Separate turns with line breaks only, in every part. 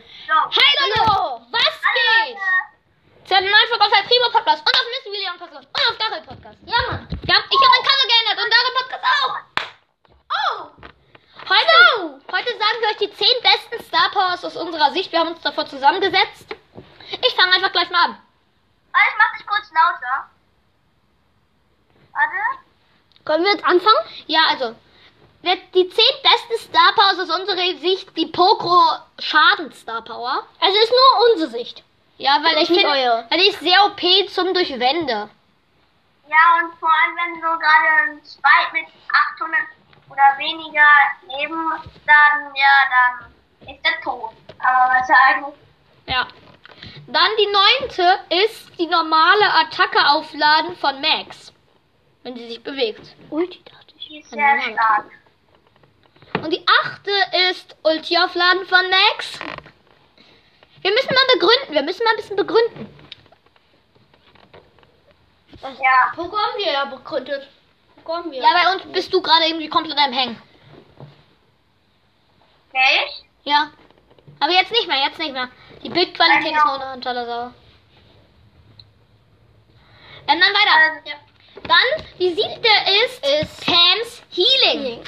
Hey
Hallo.
Leute, was geht? Zu einem neuen Folge auf der Primo Podcast und auf Miss William Podcast und auf Daryl Podcast. Ja, Mann. Ja, ich habe mein Cover geändert und Daryl Podcast auch.
Oh!
Heute, heute sagen wir euch die 10 besten Star Powers aus unserer Sicht. Wir haben uns davor zusammengesetzt. Ich fange einfach gleich mal an.
Warte, ich mach dich kurz lauter. Warte.
Können wir jetzt anfangen? Ja, also. wir- Die 10 besten Star Powers aus unserer Sicht, die Pokro Schaden Star Power.
Also ist nur unsere Sicht.
Ja, weil ich
Nicht
finde,
euer.
weil die ist sehr OP zum Durchwände.
Ja, und vor allem, wenn du gerade einen Spike mit 800 oder weniger neben, dann, ja, dann ist der tot. Aber was sagen?
Ja. Dann die neunte ist die normale Attacke aufladen von Max. Wenn sie sich bewegt.
Ulti dachte ich.
Die ist sehr
Nein.
stark.
Und die achte ist Ulti aufladen von Max. Wir müssen mal begründen. Wir müssen mal ein bisschen begründen.
Ja.
Poco haben wir ja begründet. Poco haben wir.
Ja, bei uns bist du gerade irgendwie komplett am Hängen.
Okay?
Ja. Aber jetzt nicht mehr, jetzt nicht mehr. Die Bildqualität ist
Ja.
noch unter unter der Sau. Und dann weiter.
Also, ja.
Dann die siebte ist,
Ist-
Pams Healing.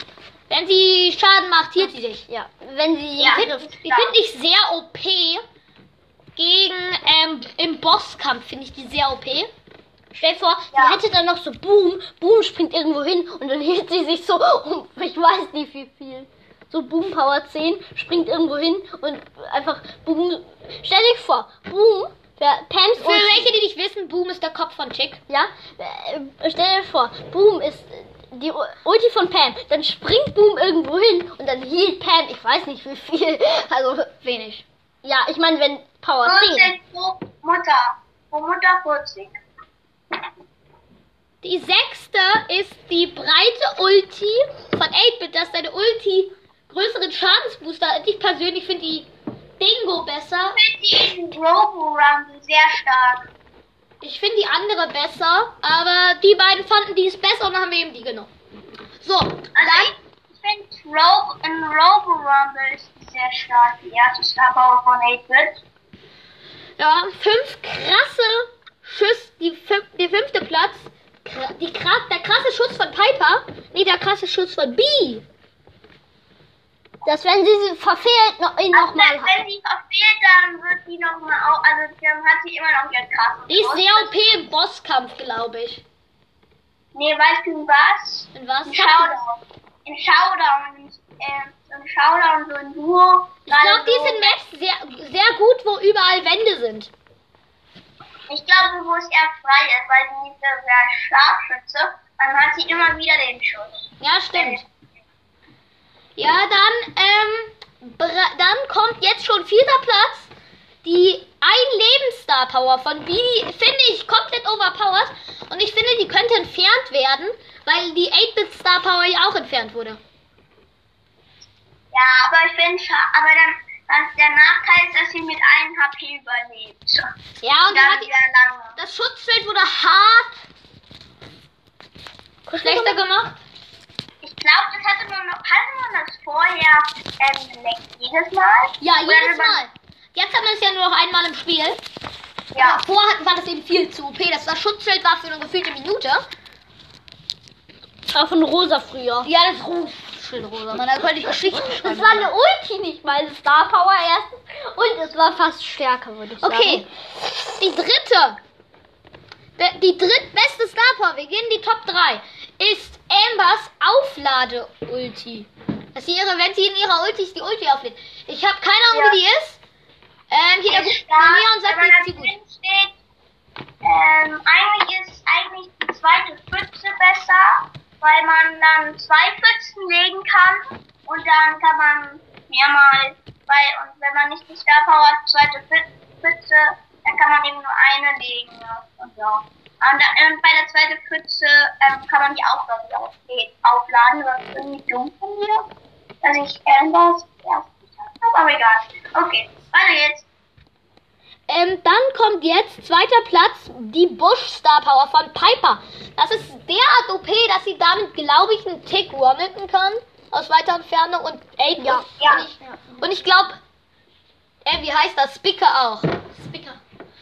Wenn sie Schaden macht, hielt sie dich.
Ja, wenn sie
Ja.
ja.
Find-
trifft.
Die finde ich sehr OP. Gegen, ähm, im Bosskampf finde ich die sehr OP.
Stell dir vor,
Ja.
sie hätte dann noch so Boom, Boom springt irgendwo hin und dann hielt sie sich so um, ich weiß nicht wie viel. So Boom Power 10 springt irgendwo hin und einfach Boom. Stell dich vor, Boom, der Pams
Für
Ulti-
welche, die nicht wissen, Boom ist der Kopf von Chick.
Ja, äh, stell dir vor, Boom ist äh, die U- Ulti von Pam. Dann springt Boom irgendwo hin und dann hielt Pam, ich weiß nicht wie viel. Also,
Wenig.
ja, ich meine, wenn Power 10.
14 pro Mutter. Pro Mutter 40.
Die sechste ist die breite Ulti von 8-Bit. Das ist deine Ulti größeren Schadensbooster. Ich persönlich finde die Dingo besser.
Ich finde die Robo-Run sehr stark.
Ich finde die andere besser, aber die beiden fanden die ist besser und dann haben wir eben die genommen. So,
Also ich finde Rogue in Robo Rumble ist sehr stark. Die erste Star Power von 8-Bit.
Ja, fünf krasse Schüsse, die fünf, der fünfte Platz. Kra- Die, krass, der krasse Schuss von Piper. Nee, der krasse Schuss von B.
Dass wenn sie sie verfehlt, noch, ihn
Also
nochmal hat.
wenn sie verfehlt, dann wird die nochmal auch, also dann hat sie immer noch ihren krassen
Die ist
Schuss.
sehr OP im Bosskampf, glaube ich.
Nee, weißt du was?
In was?
Im Showdown. Im Showdown. Ähm, Im Showdown so ein Duo.
Ich glaube, die sind Maps sehr, sehr gut, wo überall Wände sind.
Ich glaube, wo es eher frei ist, weil sie nicht so sehr Scharfschütze. Dann hat sie immer wieder den Schuss.
Ja, stimmt. Ja, dann, ähm, bra- dann kommt jetzt schon vierter Platz. Die ein Lebensstar Power von B, die finde ich komplett overpowered. Und ich finde, die könnte entfernt werden, weil die 8-Bit Star Power ja auch entfernt wurde.
Ja, aber ich bin scha- aber dann, dann der Nachteil ist, dass sie mit einem HP überlebt.
Ja, und dann
Dann
hat die,
sehr lange.
das Schutzschild wurde hart schlechter gemacht.
Ich glaube, das hatte man noch, hatte man das vorher ähm, geleckt, jedes Mal?
Ja,
Oder
jedes
man-
Mal. Jetzt hat man es ja nur noch einmal im Spiel.
Ja.
Davor Genau, hatten- war das eben viel zu OP. Das war Schutzschild war für eine gefühlte Minute.
Auch von Rosa früher.
Ja, das Rufschild rosa. Man, da könnte ich Geschichten
Das
schreiben.
war eine Ulti, nicht meine Star Power erstens. Und es war fast stärker, würde ich
Okay,
sagen.
die dritte, be- die drittbeste Star Power, wir gehen in die Top 3, ist Ambers Auflade-Ulti. Dass sie ihre, wenn sie in ihrer Ulti ist, die Ulti auflädt. Ich habe keine Ahnung,
Ja.
wie die ist. Ähm, hier der,
Ist
der
stark,
Leon sagt,
aber da
die ist die gut.
drin steht, ähm, eigentlich ist eigentlich die zweite Pfütze besser, weil man dann zwei Pfützen legen kann und dann kann man mehrmal, weil und wenn man nicht die Star Power hat, zweite Pfüt- Pfütze, dann kann man eben nur eine legen ne? und so. Und, da- und bei der zweiten Pfütze ähm, kann man die auch glaub ich, aufle- aufladen, was ich irgendwie dumm finde, dass ich irgendwas erst geschafft habe, aber egal. Okay, weiter jetzt.
Ähm, dann kommt jetzt zweiter Platz die Bush Star Power von Piper. Das ist derart OP, dass sie damit, glaube ich, einen Tick wommeln kann. Aus weiter Entfernung und 8
Ja.
Ja.
Und ich, und ich glaube, Äh, wie heißt das? Spicker auch.
Spicker.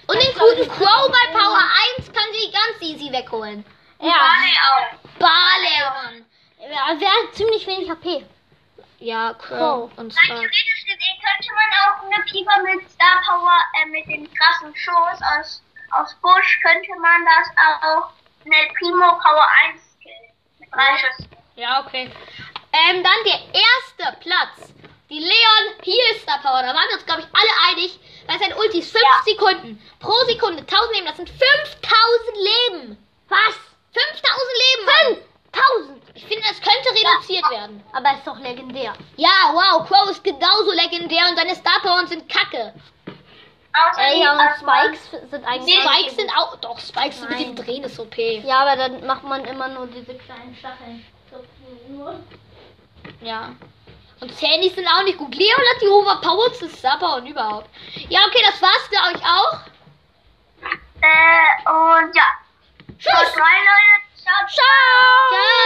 Und den guten Crow bei Power 1 kann sie ganz easy wegholen.
Ja.
Alle auch.
Baleon.
ja. Wer hat ziemlich wenig HP?
Ja, Crow und
Rein
Star.
theoretisch gesehen könnte man auch eine Pieper mit Star Power, äh, mit dem krassen Schuss aus, aus Busch, könnte man das auch eine Primo Power 1 killen. Mit drei Schüssen.
Ja, okay. Ähm, dann der erste Platz. Die Leon Heal Star Power. Da waren wir uns, glaube ich, alle einig. Bei sein Ulti 5 Sekunden. Pro Sekunde 1000 Leben. Das sind 5000 Leben.
Was?
5000 Leben.
1000!
Ich finde, das könnte reduziert werden.
Aber ist doch legendär.
Ja, wow. Crow ist genauso legendär und seine Star Powers sind kacke.
Außer
Äh,
die
ja, und
Osman-
Spikes sind eigentlich.
Spikes sind auch. Doch, Spikes sind mit dem
Nein.
Drehen ist OP. Ja.
Ja, aber dann macht man immer nur diese kleinen Stacheln. So, nur-
Und Sandys sind auch nicht gut. Leon hat die Overpowered Star Power und überhaupt. Ja, okay, das war's, glaube ich, auch.
Äh, und ja.
Tschüss.
Haut rein, Leute. Ciao, ciao.
Ciao.